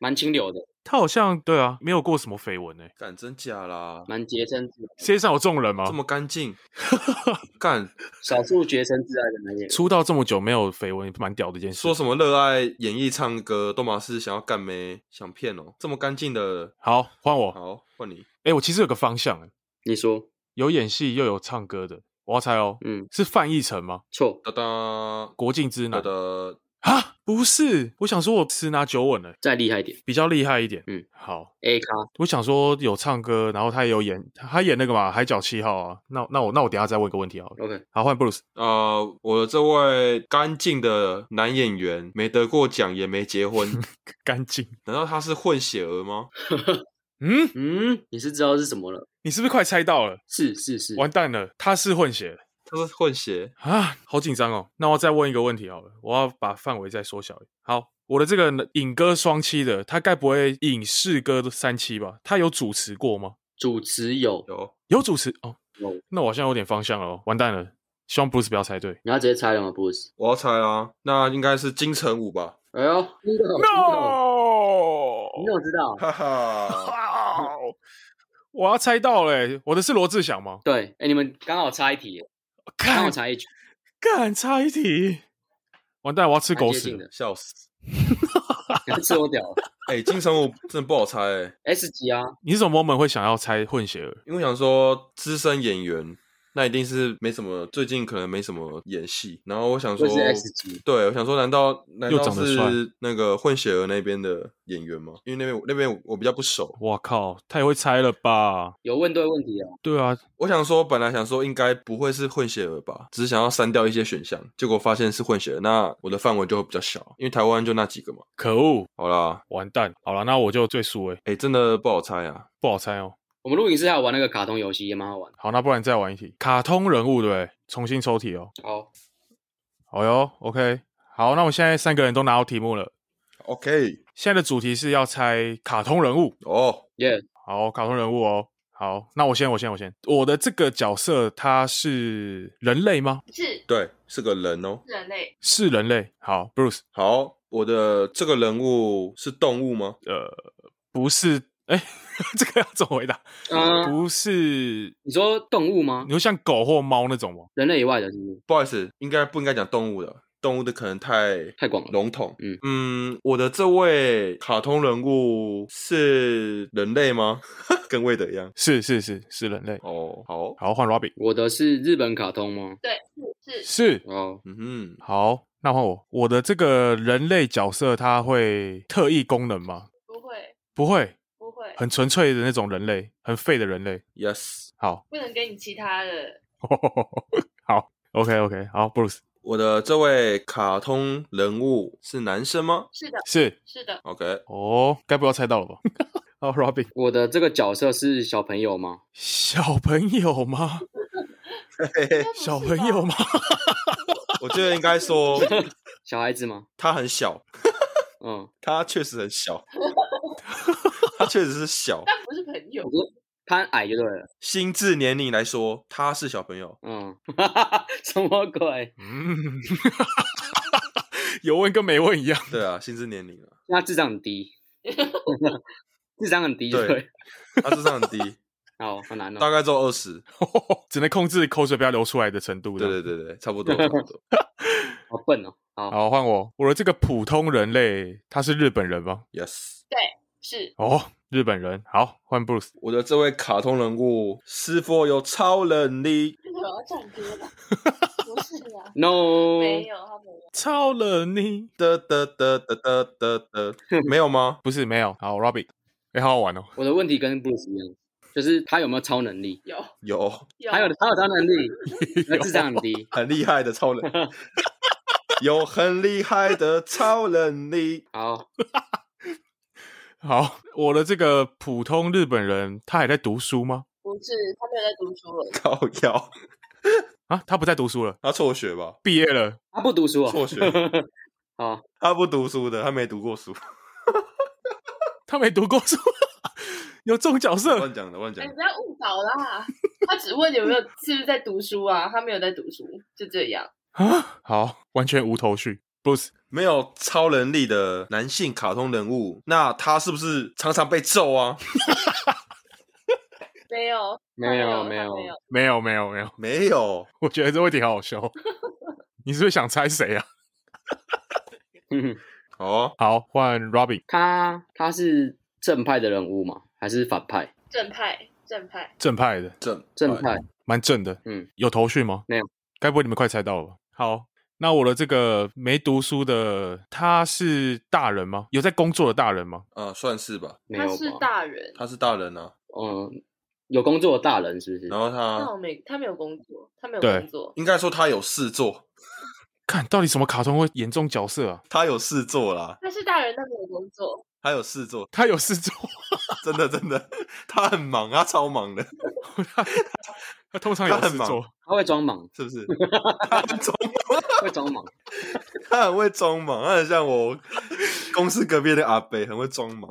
S3: 蛮清流的，
S2: 他好像对啊，没有过什么绯闻呢。
S1: 干真假啦？
S3: 蛮洁身自爱，
S2: 世界上有这种人吗
S1: 这？么干净，干
S3: 少数洁身自爱的男演员。
S2: 出道这么久没有绯闻，蛮屌的一件事。
S1: 说什么热爱演艺、唱歌，都嘛是想要干没想骗哦，这么干净的。
S2: 好，换我。
S1: 好，换你。
S2: 哎、我其实有个方向，
S3: 你说，
S2: 有演戏又有唱歌的，我要猜哦，
S3: 嗯，
S2: 是范逸臣吗？
S3: 错，
S1: 哒哒
S2: 国境之
S1: 哒
S2: 南
S1: 哒，
S2: 啊？不是，我想说我十拿九稳了，
S3: 再厉害一点
S2: 比较厉害一点。
S3: 嗯，
S2: 好，
S3: ，A 咖
S2: 我想说有唱歌，然后他也有演，他演那个嘛《海角七号》啊。那那我那我等一下再问个问题好了。
S3: ，OK，
S2: 好，换 Bruce。
S1: 呃，我的这位干净的男演员没得过奖，也没结婚，
S2: 干净。
S1: 难道他是混血儿吗？
S2: 嗯，
S3: 嗯，你是知道是什么了？
S2: 你是不是快猜到了？
S3: 是是是，
S2: 完蛋了，他是混血
S1: 他是混血，
S2: 啊，好紧张哦。那我再问一个问题好了，我要把范围再缩小一点。好，我的这个影歌双栖的，他该不会影视歌都三栖吧？他有主持过吗？
S3: 主持有，
S1: 有
S2: 有主持哦，
S3: 有
S2: 那我好像有点方向了哦，完蛋了，希望 Bruce 不要猜对。
S3: 你要直接猜了吗？Bruce，
S1: 我要猜啊，那应该是金城武吧？
S3: 哎呦，No，你怎么知道？
S1: 哈哈，
S2: Wow！我要猜到嘞，我的是罗志祥吗？
S3: 对，哎，你们刚好差一题耶，刚好
S2: 看，
S3: 差一局，
S2: 干差一题，完蛋，我要吃
S3: 蛮
S2: 狗
S3: 接
S2: 屎
S3: 近
S2: 了。
S3: 的，
S1: 笑死！
S3: 你 要吃我屌了
S1: 哎、金城武真的不好猜、欸，
S3: ，S 级啊，
S2: 你是什么 moment 会想要猜混血儿？
S1: 因为我想说资深演员那一定是没什么，最近可能没什么演戏。然后我想
S3: 就
S1: 说
S3: 是 X 级，
S1: 对，我想说，难道难
S2: 又
S1: 道
S2: 长得帅
S1: 是那个混血儿那边的演员吗？因为那边我那边我比较不熟。
S2: 哇靠，太会猜了吧？
S3: 有问对问题啊。
S2: 对啊，
S1: 我想说，本来想说应该不会是混血儿吧，只是想要删掉一些选项，结果发现是混血儿，那我的范围就会比较小，因为台湾就那几个嘛。
S2: 可恶，
S1: 好啦，
S2: 完蛋。好了，那我就最输诶、
S1: 哎、真的不好猜啊。
S2: 不好猜哦。
S3: 我们录影是还有玩那个卡通游戏，也蛮好玩。
S2: 好，那不然再玩一题，卡通人物对不对？重新抽题哦。
S3: 好，
S2: 哦哟，OK，好，那我们现在三个人都拿到题目了。
S1: OK，
S2: 现在的主题是要猜卡通人物，
S1: 哦，
S3: 耶、
S2: 好，卡通人物哦。好，那我先，我先，我先。我的这个角色他是人类吗？
S4: 是
S1: 对，是个人哦。
S4: 人类，
S2: 是人类。好，Bruce，
S1: 好，我的这个人物是动物吗？
S2: 呃，不是，哎， 这个要怎么回答？
S3: 嗯、
S2: 不是，
S3: 你说动物吗
S2: 你？说像狗或猫那种吗？
S3: 人类以外的是不是？
S1: 不好意思，应该不应该讲动物的，动物的可能太
S3: 太广了。
S1: 笼统。
S3: 嗯
S1: 哦嗯，我的这位卡通人物是人类吗？ 跟魏德一样。
S2: 是是是是人类。
S1: 哦，好，
S2: 好，换 Robby，
S3: 我的是日本卡通吗？
S4: 对，是是
S2: 是
S3: 哦，
S1: 嗯哼，
S2: 好，那换我。我的这个人类角色他会特异功能吗？
S4: 不会
S2: 不会，
S4: 不会，
S2: 很纯粹的那种人类，很废的人类。
S1: ，yes，
S2: 好，
S4: 不能给你其他的。
S2: 好，OK OK，好，Bruce
S1: 我的这位卡通人物是男生吗
S4: 是的，
S2: 是
S4: 是的，
S1: ？OK，
S2: 哦，该不要猜到了吧？哦，Robin，
S3: 我的这个角色是小朋友吗？
S2: 小朋友吗？
S1: 嘿嘿嘿
S2: 小朋友吗？
S1: 我觉得应该说
S3: 小孩子吗？
S1: 他很小，
S3: 嗯，
S1: 他确实很 小，他确实是小，
S4: 但不是朋友，
S3: 他很矮就对了。
S1: 心智年龄来说，他是小朋友。
S3: 嗯， 什么鬼？
S2: 嗯， 有问跟没问一样。
S1: 对啊，心智年龄啊，
S3: 他智商很 低，智商很低就
S1: 对
S3: 对。
S1: 他智商很 低，
S3: 好，好难
S1: 大
S3: 哦。
S1: 概只有二十。
S2: 只能控制口水不要流出来的程度。
S1: 对
S2: 这样
S1: 对对对，差不 多差不多。
S3: 好笨哦。好，
S2: 好，换我。我的这个普通人类，他是日本人吗？
S1: Yes，
S4: 是
S2: 哦，日本人。好，换 Bruce。
S1: 我的这位卡通人物是否有超能力？
S4: 我要唱歌吧？不是啊，
S3: No，
S4: 没有，他没有。
S2: 超了你？
S1: 的的的的的的 的，没有吗？
S2: 不是，没有。好，Robby，哎、好好玩哦。
S3: 我的问题跟 Bruce 一样，就是他有没有超能力？
S4: 有
S1: 有，
S4: 有，
S3: 他有他有超能 力，那智商很低。
S1: 很厉害的超 能，有很厉害的超能力。
S3: 好，
S2: 好，我的这个普通日本人，他还在读书吗？
S4: 不是，他没有在读书了。
S1: 靠腰，
S2: 啊，他不在读书了，
S1: 他辍学吧？
S2: 毕业了。
S3: 他不读书
S1: 辍
S3: 哦。
S1: 学，
S3: 好，
S1: 他不读书的，他没读过书。
S2: 他没读过书， 有这种角 色
S1: 乱讲的，乱
S4: 哎、
S1: 讲
S4: 你
S1: 的。
S4: 不要误导啦！ 他只问有没有是不是在读书啊，他没有在读书，就这样。
S2: 啊？好，完全无头绪。Bruce，
S1: 没有超能力的男性卡通人物，那他是不是常常被揍啊？
S4: 没有，他
S3: 没有
S4: 有，
S3: 没
S4: 他
S3: 有
S4: 没有。
S2: 没有，没有，没有。
S1: 没有，
S2: 我觉得这问题好好笑。你是不是想猜谁啊？
S3: 嗯，
S1: 哦，
S2: 好，换 Robin。
S3: 他他是正派的人物吗？还是反派？
S4: 正派，正派，
S2: 正派的，
S1: 正
S3: 正派，
S2: 蛮正的。
S3: 嗯，
S2: 有头绪吗？
S3: 没有。
S2: 该不会你们快猜到了吧？好，那我的这个没读书的，他是大人吗？有在工作的大人吗？
S1: 啊、算是吧，
S3: 没
S4: 他
S3: 有
S4: 是
S3: 吧？
S4: 大人，
S1: 他是大人啊，
S3: 嗯，有工作的大人是不是
S1: 然？后
S4: 那
S1: 他
S4: 我没，他没有工作，他没有
S2: 啊对
S4: 工作，
S1: 应该说他有事做，
S2: 看到底什么卡通会严重角色啊？
S1: 他有事做啦，
S4: 他是大人，但没有工作。
S1: 他有事做，
S2: 他有事做，
S1: 真的真的，他很忙，他超忙的，
S2: 他通常有
S1: 他
S2: 事
S1: 很忙
S2: 做。
S3: 他会装忙，
S1: 是不是？他很装，
S3: 会装忙。
S1: 他很会装忙，他很像我公司隔壁的阿北，很会装忙。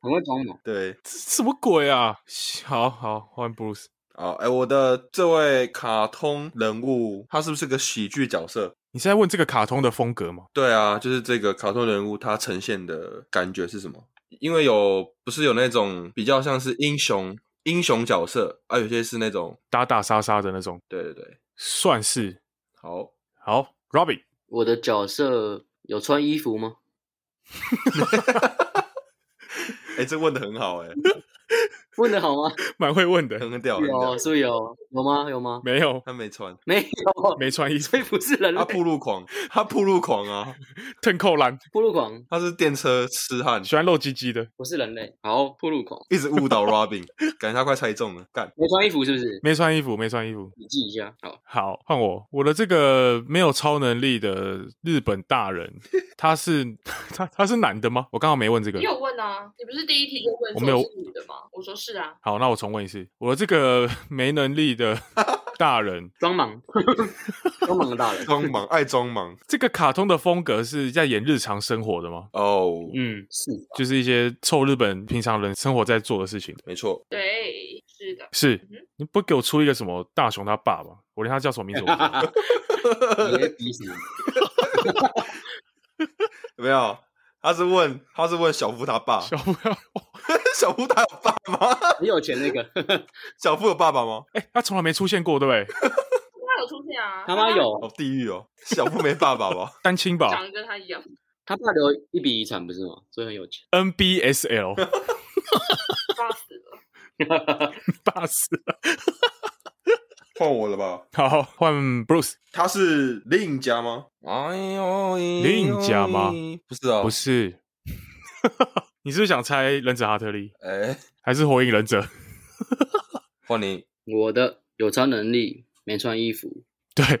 S3: 很会装忙。
S1: 对，
S2: 这什么鬼啊？好好换 Bruce，
S1: 好，哎、我的这位卡通人物，他是不是个喜剧角色？
S2: 你是在问这个卡通的风格吗？
S1: 对啊，就是这个卡通人物，他呈现的感觉是什么？因为有不是有那种比较像是英雄英雄角色啊，有些是那种，
S2: 打打杀杀的那种，
S1: 对对对，
S2: 算是
S1: 好，
S2: 好。Robin，
S3: 我的角色有穿衣服吗？
S1: 哎、这问的很好哎、
S3: 问的好吗？
S2: 蛮会问的。
S1: 很屌，很屌
S3: 有，，是不是有？有吗？有吗？
S2: 没有，
S1: 他没穿，
S3: 没有，
S2: 没穿衣服，
S3: 所以不是人类
S1: 他啊铺路 狂，他铺路狂啊，
S2: 腾扣篮，
S3: 铺路狂，
S1: 他是电车痴汉，
S2: 喜欢露鸡鸡的，
S3: 不是人类。好，铺路狂，
S1: 一直误导 Robin，感觉 他快猜中了，干，
S3: 没穿衣服是不是？
S2: 没穿衣服，没穿衣服。
S3: 你记一下。好，
S2: 好，换我。我的这个没有超能力的日本大人，他是他他是男的吗？我刚刚没问这个
S4: 你。有问啊？你不是第一题就问
S2: 我
S4: 说
S2: 没有
S4: 是女的吗？我说是啊。
S2: 好，那我重问一次，我的这个没能力 的大人，
S3: 装盲， 装盲的大人。
S1: 装 忙，爱装忙
S2: 这个卡通的风格是在演日常生活的吗？
S1: 哦，
S3: 嗯，是
S2: 就是一些臭日本平常人生活在做的事情。
S1: 没错，
S4: 对，是的。
S2: 是
S4: 嗯，
S2: 你不给我出一个什么大雄他爸爸，我连他叫什么名字我 不知道。
S3: 你在逼死你。
S1: 有没有？他是问，他是问小夫他爸，
S2: 小朋友，
S1: 小夫他有爸吗？
S3: 很有钱那个，
S1: 小夫有爸爸吗？
S2: 哎、他从来没出现过，对不对？
S4: 他有出现啊，
S3: 他妈有
S1: 好，地狱哦，小夫没爸爸吧？
S2: 单亲吧
S4: 长得跟他一样。
S3: 他爸留一笔遗产不是吗？所以很有钱。
S2: ，NBSL
S4: 炸死了！
S2: 爸死了。
S1: 换我了吧？
S2: 好，换 Bruce，
S1: 他是另一家吗？哎呦，
S2: 另一家吗？
S1: 不是啊，
S2: 不，是。 你是不是想猜忍者哈特利，
S1: 哎，
S2: 还是火影忍者？
S1: 换你，
S3: 我的有超能力，没穿衣服。
S2: 对，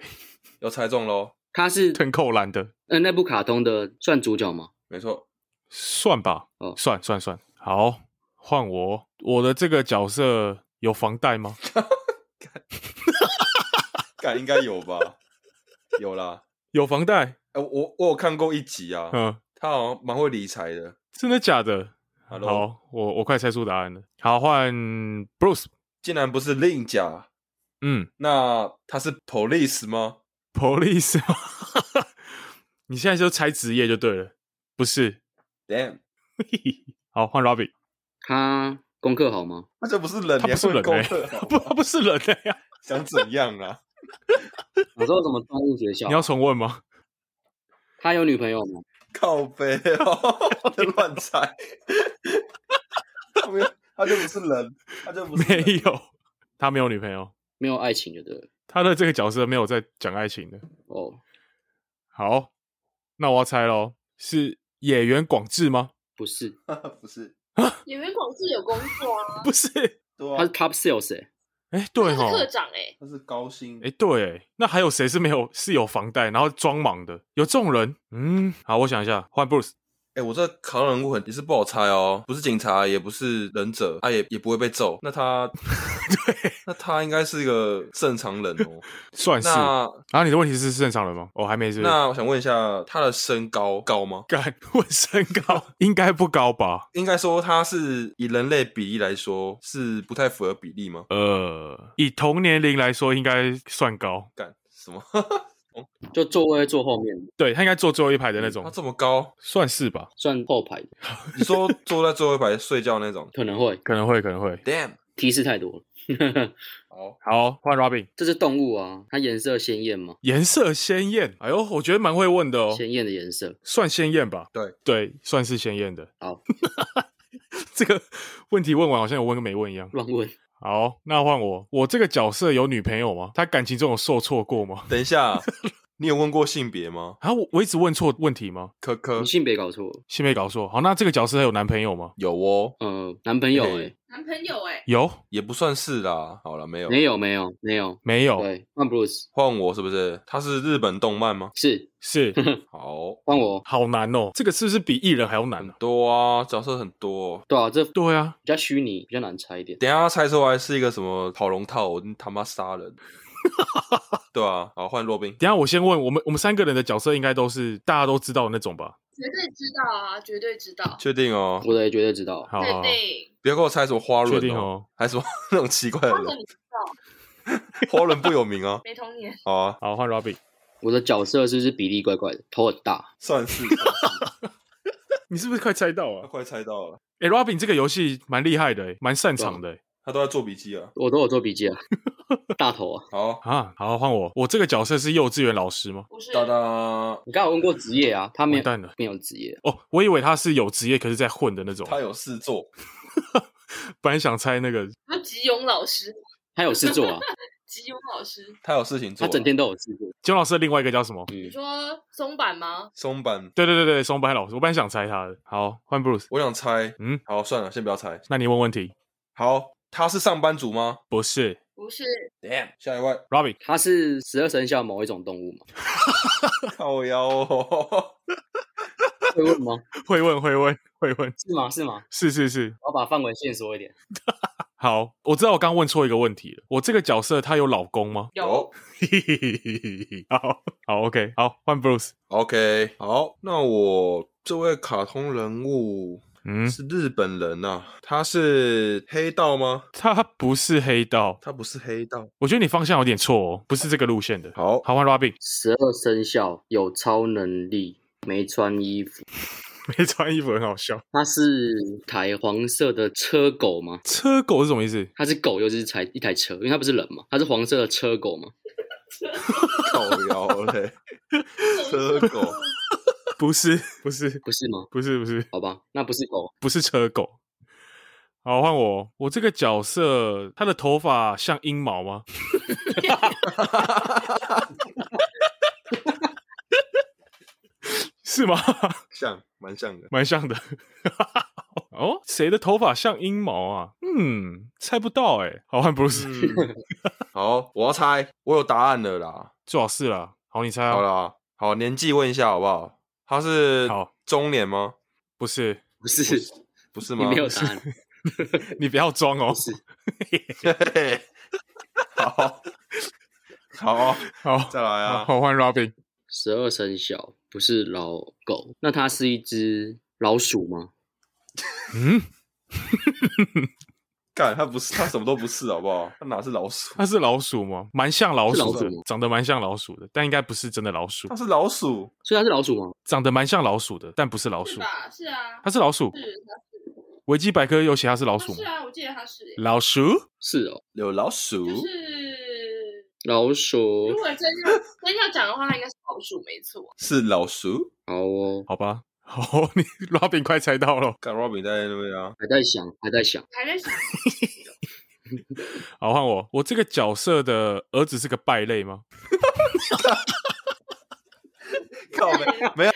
S1: 又猜中喽，
S3: 他是
S2: 吞扣篮的，
S3: 呃那部卡通的算主角吗？
S1: 没错，
S2: 算吧，
S3: 哦
S2: 算算算。好，换我，我的这个角色有房贷吗？
S1: 干应该有吧？有啦，
S2: 有房贷，
S1: 哎，我我有看过一集啊，
S2: 嗯，
S1: 他好像蛮会理财的。
S2: 真的假的？
S1: Hello
S2: 好，我我快猜出答案了。好，换 Bruce，
S1: 竟然不是令甲，
S2: 嗯
S1: 那他是 police 吗？
S2: ，Police，你现在就猜职业就对了，不是？
S1: Damn，
S2: 好，换 Robin，
S3: 他功课好吗？
S1: 他这不是人，
S2: 他不是人
S1: 功
S2: 欸
S1: 课好
S2: 不，
S1: 吗，
S2: 他不是人类啊！
S1: 想怎样啊？
S3: 我说什么动物学校
S2: 你？要重问吗？
S3: 他有女朋友吗？
S1: 靠背哦，在乱猜，他没有，他就不是人，他就不是
S2: 没
S1: 人
S2: 有，他没有女朋友，
S3: 没有爱情就对了。
S2: 他的这个角色没有在讲爱情的。
S3: 哦，
S2: 好，那我要猜喽，是演员广志吗？
S3: 不是，
S1: 不是，
S4: 演员广志有工作啊，
S2: 不是，
S1: 对
S3: 他
S1: 啊
S3: 是，Top Sales 哎、
S2: 哎、
S4: 他
S2: 对
S4: 是
S2: 哈，
S4: 课长哎，
S1: 他是高薪
S2: 哎、，对欸，那还有谁是没有是有房贷然后装莽的？有这种人？嗯，好，我想一下，换 Bruce，
S1: 哎，我这卡通人物很也是不好猜哦，不是警察，也不是忍者，他也也不会被揍，那他
S2: 对，
S1: 那他应该是一个正常人哦。
S2: 算是。然
S1: 那
S2: 后、你的问题是正常人吗？我、还没是不是。
S1: 那我想问一下，他的身高高吗？
S2: 敢 问身高，应该不高吧？
S1: 应该说他是以人类比例来说是不太符合比例吗？
S2: 呃，以同年龄来说，应该算高。
S1: 干什么？
S3: 就座位坐后面，
S2: 对他应该坐最后一排的那 种
S1: 他，这么高，
S2: 算是吧？
S3: 算后排的，
S1: 你说坐在最后一排睡觉那种
S3: 可能会
S2: 可能会，可能会。
S1: ？Damn，
S3: 提示太多了。
S1: 好，
S2: 好，换 Robin，
S3: 这是动物啊，它颜色鲜艳吗？
S2: 颜色鲜艳。哎呦，我觉得蛮会问的哦，
S3: 鲜艳的颜色，
S2: 算鲜艳吧？
S1: 对
S2: 对，算是鲜艳的。
S3: 好，
S2: 这个问题问完好像有问跟没问一样。
S3: 乱问。
S2: 好，那换我，我这个角色有女朋友吗？他感情中有受挫过吗？
S1: 等一下，你有问过性别吗？
S2: 啊，我我一直问错问题吗？
S1: 科科
S3: 你性别搞错了，
S2: 新妹搞错。好，那这个角色有男朋友吗？
S1: 有哦，
S3: 呃，男朋友哎、
S1: 对
S4: 男朋友哎，
S2: 有
S1: 也不算是啦。好了，没有，
S3: 没有没有没有，
S2: 没有？
S3: 对，换 Bruce
S1: 换我是不是？他是日本动漫吗？
S3: 是
S2: 是，
S1: 好，
S3: 换我，
S2: 好难哦，这个是不是比艺人还要难
S1: 很
S2: 呢、
S1: 多啊，角色很多、
S3: 对啊，这比
S2: 对啊，
S3: 较虚拟，比较难猜一点。
S1: 等一下猜出来是一个什么跑龙套，我他妈杀人。 对啊，好换洛宾。
S2: 等一下我先问我们，我们三个人的角色应该都是大家都知道的那种吧？
S4: 绝对知道啊，绝对知道，
S1: 确定哦，
S3: 我的也绝对知道，啊
S2: 好好
S4: 确
S2: 好，
S4: 定。
S1: 不要给我猜什么花
S2: 确
S1: 轮
S2: 定哦。
S1: 还什么 那种奇怪的
S4: 他说
S1: 人。
S4: 你，
S1: 花轮不有名啊
S4: 没童年，
S1: 好啊，
S2: 哦好，换 Robin，
S3: 我的角色是不是比例怪怪的，头很大，
S1: 算是。算是
S2: 你是不是快猜到
S1: 他
S2: 啊？
S1: 快猜到了，
S2: 哎、r o b i n 这个游戏蛮厉害的欸，蛮擅长的欸。
S1: 他都在做笔记啊。
S3: 我都有做笔记啊，大头啊。
S1: 好，
S2: 啊，好，换我，我这个角色是幼稚园老师吗？
S4: 不是
S1: 哒哒，
S3: 你刚好问过职业啊，他没有
S2: 完蛋了
S3: 没有职业，
S2: 哦，我以为他是有职业，可是在混的那种。
S1: 他有事做，
S2: 本来想猜那个，
S4: 那吉永老师，
S3: 他有事做啊，
S4: 吉永老师，
S1: 他有事情做
S3: 他
S1: 啊，
S3: 整天都有事做。
S2: 金老师的另外一个叫什么？
S4: 你
S3: 嗯，
S4: 说松板吗？
S1: 松板。
S2: 对对对对，松柏老师，我本来想猜他的。好，换 Bruce，
S1: 我想猜，
S2: 嗯
S1: 嗯，好，算了，先不要猜。
S2: 那你问问题。
S1: 好，他是上班族吗
S2: 不是
S4: 不是，
S1: ？Damn，下一位，
S2: Robbie，
S3: 他是十二生肖某一种动物吗？
S1: 靠腰哦，
S3: 会问吗？
S2: 会问会问会问，
S3: 是吗？是吗？
S2: 是是是。
S3: 我要把范围线索一点。
S2: 好，我知道我刚问错一个问题了。我这个角色他有老公吗？
S4: 有，
S2: 好好 OK，好换 Bruce。
S1: OK，好，那我这位卡通人物
S2: 嗯，
S1: 是日本人呐、他是黑道吗？
S2: 他不是黑道，
S1: 他不是黑道。
S2: 我觉得你方向有点错哦，不是这个路线的。
S1: 好，
S2: 好换 Robbie，
S3: 十二生肖有超能力，没穿衣服。
S2: 没穿衣服很好笑。
S3: 他是台黄色的车狗吗？
S2: 车狗是什么意思？
S3: 他是狗，又是台一台车，因为他不是人嘛，他是黄色的车狗嘛。
S1: 靠腰嘞，车狗，
S2: 不是不是
S3: 不是吗？
S2: 不是不是
S3: 好吧，那不是狗，
S2: 不是车狗。好，换我。我这个角色，他的头发像阴毛吗？ 是吗？
S1: 像，蛮像的。
S2: 蛮像的。哦，谁的头发像阴毛啊？嗯，猜 不到哎、好，换 Bruce、
S1: 嗯， 好，我要猜，我有答案了啦。
S2: 最好是啦。好，你猜啊
S1: 好啦，好，年纪问一下好不好？他是
S2: 好
S1: 中年吗？
S2: 不是，
S3: 不是，
S1: 不是
S3: 你
S1: 吗？
S3: 没有答案，
S2: 你不要装哦
S3: 不。是，
S1: 嘿好， 好，
S2: 好，
S1: 再来
S2: 好，
S1: 啊！
S2: 好换 Robin。
S3: 十二生肖不是老狗，那它是一只老鼠吗？
S2: 嗯，
S1: 干，他不是，他什么都不是，好不好？他哪是老鼠？
S2: 它是老鼠吗？蛮像老鼠
S3: 是
S2: 的
S3: 老鼠吗，
S2: 长得蛮像老鼠的，但应该不是真的老鼠
S1: 他。是老鼠，
S3: 所以它是老鼠吗？
S2: 长得蛮像老鼠的，但不是老
S4: 是
S2: 鼠。
S4: 吧？是啊，
S2: 它是老鼠，
S4: 是他
S2: 维基百科有写它是老
S4: 他
S2: 鼠
S4: 是
S2: 吗？
S4: 啊，我记得他是，
S2: 老鼠？
S3: 是哦，
S1: 有老鼠
S4: 就是
S3: 老鼠
S4: 如，果真要真要讲的话，他应该是老鼠，没错。
S1: 是老鼠。
S3: 好哦，
S2: 好吧， 好，你 Robin 快猜到了。
S1: 干 Robin 在那边啊，
S3: 还在想，还在想，
S4: 还在想，
S2: 好，换我。我这个角色的儿子是个败类吗？
S1: 靠没没有，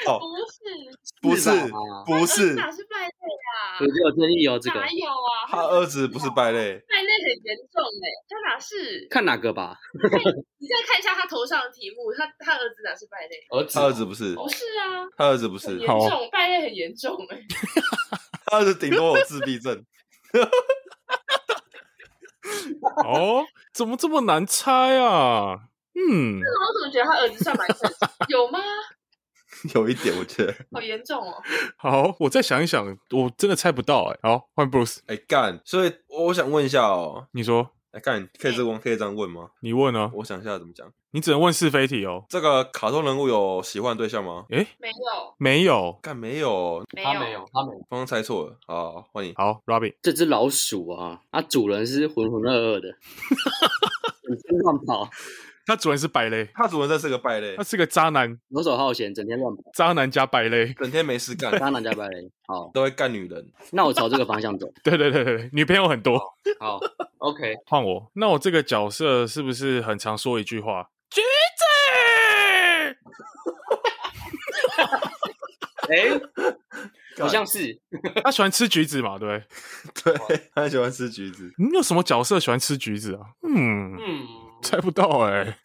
S1: 不
S4: 不是，
S1: 是
S3: 是吧，
S1: 不是，
S4: 哪是败类
S3: 我
S4: 啊？
S3: 就有争议哦，这个
S4: 哪有啊？
S1: 他儿子不是败类，
S4: 败类很严重哎、他哪是？
S3: 看哪个吧，
S4: 你再看一下他头上的题目，他他儿子哪是败类？
S3: 儿
S1: 他儿子不是，
S4: 不是啊，
S1: 他儿子不
S4: 很
S1: 是
S4: 严，
S2: 好
S4: 重，败类很严重哎、
S1: 他儿子顶多有自闭症。
S2: 哦，怎么这么难猜啊？嗯，
S4: 那我怎么觉得他儿子算蛮正常？有吗？
S1: 有一点，我觉得，
S4: 好严重哦！
S2: 好，我再想一想，我真的猜不到哎、好，换 Bruce，
S1: 哎、干，所以我想问一下哦，
S2: 你说，
S1: 哎、干，可以这问，可以这样问吗？
S2: 你问啊，
S1: 我想一下怎么讲。
S2: 你只能问是非题哦。
S1: 这个卡通人物有喜欢的对象吗？
S2: 诶，
S4: 没有，
S2: 没有。
S1: 干，没有，
S4: 没
S3: 他没有，他没有。
S1: 刚刚猜错了。好，换你。
S2: 好，Robin，
S3: 这只老鼠啊，它主人是浑浑噩噩 的，整天乱跑，
S2: 他主人是败类，
S1: 他主人这是个败类
S2: 他，是个渣男，
S3: 游手好闲，整天乱跑，
S2: 渣男加败类。
S1: 整天没事干，
S3: 渣男加白人。好，
S1: 都会干女人。
S3: 那我朝这个方向走。
S2: 对对对对对，女朋友很多。
S3: 好，OK，
S2: 换我，那我这个角色是不是很常说一句话？橘子，
S3: 哎、 好像是
S2: 他喜欢吃橘子嘛，对不对？
S1: 对，他喜欢吃橘子。
S2: 你有什么角色喜欢吃橘子啊？嗯，
S3: 嗯，
S2: 猜不到哎、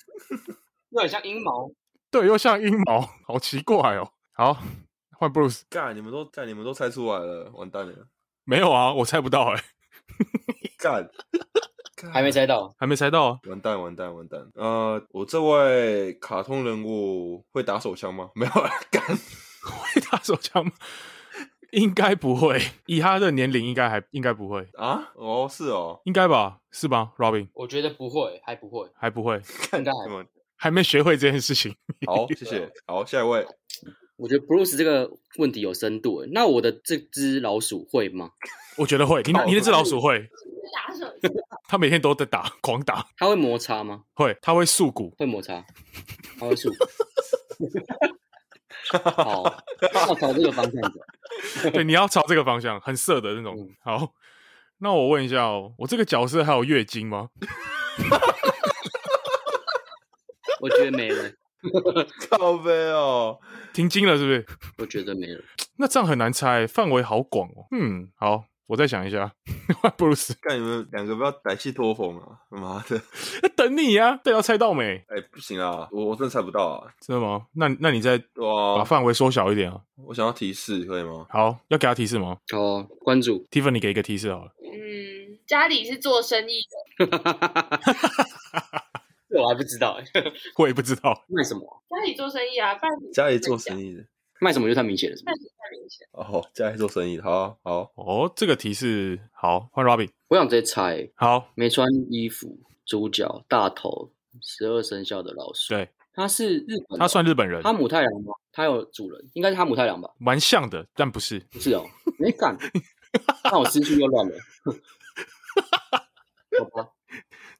S3: 有点像阴谋。
S2: 对，又像阴毛，好奇怪哦。好，换 Bruce，
S1: 干，你们都干，你们都猜出来了，完蛋了。
S2: 没有啊，我猜不到哎、
S1: 干，
S3: 还没猜到，
S2: 还没猜到啊。
S1: 完蛋，完蛋，完蛋。呃，我这位卡通人物会打手枪吗？ 没有啊，干。
S2: 会打手枪吗？应该不会，以他的年龄，应该还应该不会，
S1: 啊，哦，是哦，
S2: 应该吧？是吧，Robin？
S3: 我觉得不会，还不会，
S2: 还不会，
S3: 应该
S1: 这
S3: 还。
S1: 么
S2: 还没学会这件事情。
S1: 好，谢谢。好，下一位，
S3: 我觉得 Bruce 这个问题有深度。欸那我的这只老鼠会吗？
S2: 我觉得会，你你那只老鼠会，
S4: 打手
S2: 它每天都在打，狂打，
S3: 它会摩擦吗？
S2: 会，它会塑 骨。
S3: 会摩擦，它会触。 好，那我朝这个方向走。
S2: 对，你要朝这个方向，很色的那种
S3: 嗯。
S2: 好，那我问一下哦，我这个角色还有月经吗？
S3: 我觉得没了，
S1: 靠背哦，
S2: 停经了是不是？
S3: 我觉得没了。
S2: 那这样很难猜，范围好广哦。嗯，好，我再想一下。 布鲁斯
S1: 看你们两个不要歹气拖风啊！妈的，
S2: 在等你呀、啊，对，要猜到没？
S1: 哎、不行啊，我我真的猜不到啊！
S2: 真的吗？那那你再
S1: 对
S2: 把
S1: 啊，
S2: 范围缩小一点啊。
S1: 我想要提示，可以吗？
S2: 好，要给他提示吗
S3: 哦，关注，
S2: ？Tiffany 给一个提示好了。
S4: 嗯，家里是做生意的，
S3: 这我还不知道哎，
S2: 我也不知道，
S3: 卖什么？
S4: 家里做生意啊，办
S1: 家里做生
S4: 意，
S1: 意的
S3: 卖什么就太明显了，是不
S4: 办
S3: 是？
S4: 理太明显。
S1: 哦，家里做生意的，好啊好啊，
S2: 哦，这个提示好，换 Robin。
S3: 我想直接猜，
S2: 好，
S3: 没穿衣服，主角大头，十二生肖的老鼠。
S2: 对，
S3: 他是日本的，
S2: 他算日本人，
S3: 哈姆太郎吗？他有主人，应该是哈姆太郎吧？
S2: 蛮像的，但不是。
S3: 不是哦，没 敢，那我思绪又乱了。 好吧，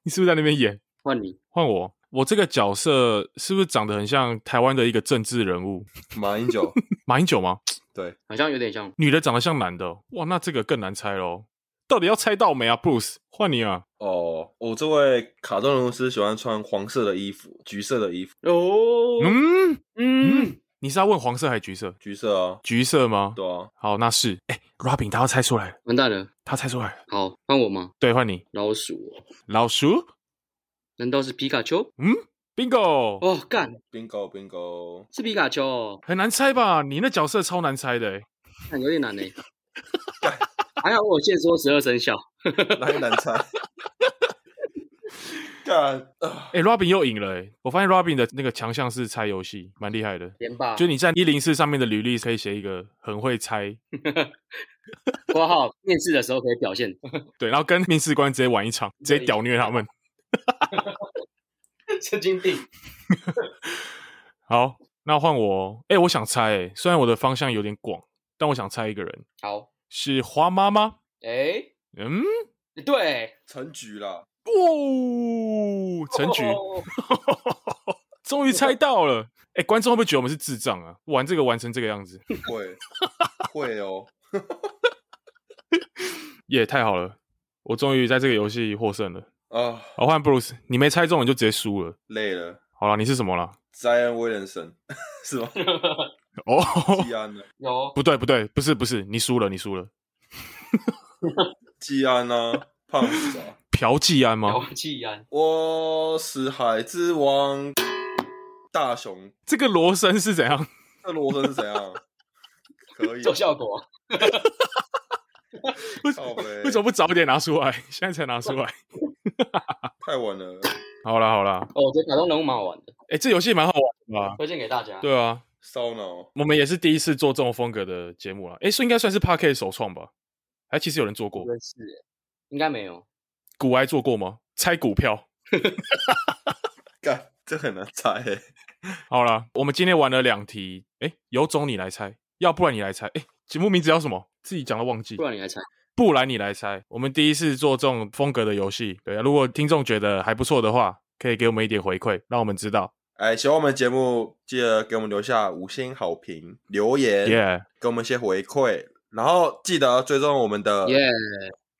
S2: 你是不是在那边演？
S3: 换你。
S2: 换我，我这个角色是不是长得很像台湾的一个政治人物
S1: 马英九，
S2: 马英九吗？
S1: 对，
S3: 好像有点像，
S2: 女的长得像男的哦，哇，那这个更难猜喽。到底要猜到没啊，Bruce？换你啊，
S1: 哦，我这位卡通人物是喜欢穿黄色的衣服，橘色的衣服，
S3: 哦，
S2: 嗯，
S3: 嗯，
S2: 你是要问黄色还是橘色？
S1: 橘色啊，
S2: 橘色吗？
S1: 对啊，
S2: 好，那是哎、r o b i n 他要猜出来了，
S3: 完蛋了，
S2: 他猜出来了，
S3: 好，换我吗？
S2: 对，换你，
S3: 老鼠哦，
S2: 老鼠
S3: 难道是皮卡丘？
S2: ，bingo，、
S3: 哦，干，
S1: bingo bingo，
S3: 是皮卡丘哦，
S2: 很难猜吧？你那角色超难猜的、欸，
S3: 看有点难呢。 还好我有现说十二生肖，
S1: 哪里难猜？ 干啊！
S2: 哎、r o b i n 又赢了、欸，我发现 Robin 的那个强项是猜游戏，蛮厉害的。
S3: 连吧，
S2: 就你在一零四上面的履历可以写一个很会猜，
S3: 括号面试的时候可以表现。
S2: 对，然后跟面试官直接玩一场，直接屌虐他们。
S3: 神经病，
S2: 好，那换我，哎、我想猜、欸，虽然我的方向有点广，但我想猜一个人
S3: 好，
S2: 是花妈妈。
S3: 哎，
S2: 嗯，
S3: 对，
S1: 陈菊啦，
S2: 哦，陈 菊，
S3: 哦
S2: 终于猜到了。哎、观众会不会觉得我们是智障啊？玩这个玩成这个样子，
S1: 会会哦，
S2: 也、太好了！我终于在这个游戏获胜了。
S1: 啊，
S2: 好，换 Bruce，你没猜中你就直接输了。
S1: 累了
S2: 好了，你是什么了？
S1: ，Zion Williamson 是吗？
S2: 哦，
S1: 季安呢？
S3: 有
S2: 不对不对，不是不是，你输了你输了。
S1: 季安啊，胖子啊，
S2: 朴继安吗？
S3: 有季安，
S1: 我是海之王，大雄，
S2: 这个罗森是怎样？
S1: 这罗森是怎样？可以
S3: 做效果，
S2: 为什
S1: 靠
S2: 么
S1: 背
S2: 为什么不早点拿出来？ 现在才拿出来？
S1: 太晚了，
S2: 好啦好啦，
S3: 哦，我觉得卡通人物蛮好玩的，
S2: 哎、这游戏蛮好玩的吧？
S3: 推荐给大家。
S2: 对啊，
S1: 烧脑。
S2: 我们也是第一次做这种风格的节目了。哎、是应该算是 Park 首创吧？还其实有人做过
S3: 应，该是耶，应该没有。
S2: 股癌做过吗？猜股票。
S1: 干，这很难猜欸。
S2: 好啦，我们今天玩了两题，哎、有种你来猜，要不然你来猜。哎、节目名字叫什么？自己讲都忘记
S3: 不。然你来猜，
S2: 不然你来猜。我们第一次做这种风格的游戏，对啊，如果听众觉得还不错的话，可以给我们一点回馈，让我们知道。
S1: 哎，喜欢我们节目，记得给我们留下五星好评、留言
S2: Yeah，
S1: 给我们一些回馈，然后记得追踪我们的
S3: 耶！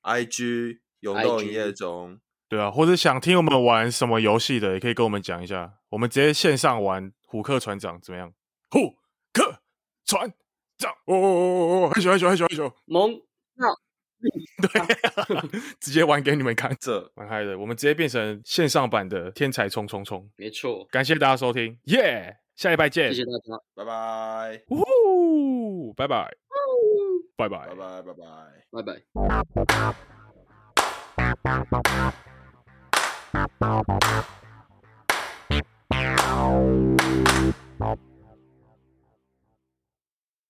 S1: IG 永动
S3: IG
S1: 营业中。
S2: 对啊，或者想听我们玩什么游戏的，也可以跟我们讲一下，我们直接线上玩虎克船长怎么样？虎克船长，哦哦哦哦哦，害羞害羞害羞害羞，
S3: 萌
S2: 对，直接玩给你们看，
S1: 这
S2: 蛮嗨的。我们直接变成线上版的天才冲冲冲，
S3: 没错，
S2: 感谢大家收听，耶、下礼拜见
S3: 谢，谢大家，
S1: 拜拜，
S2: 呜呼，拜拜，拜拜
S1: 拜。拜，拜拜。
S3: 拜拜。
S5: Bye.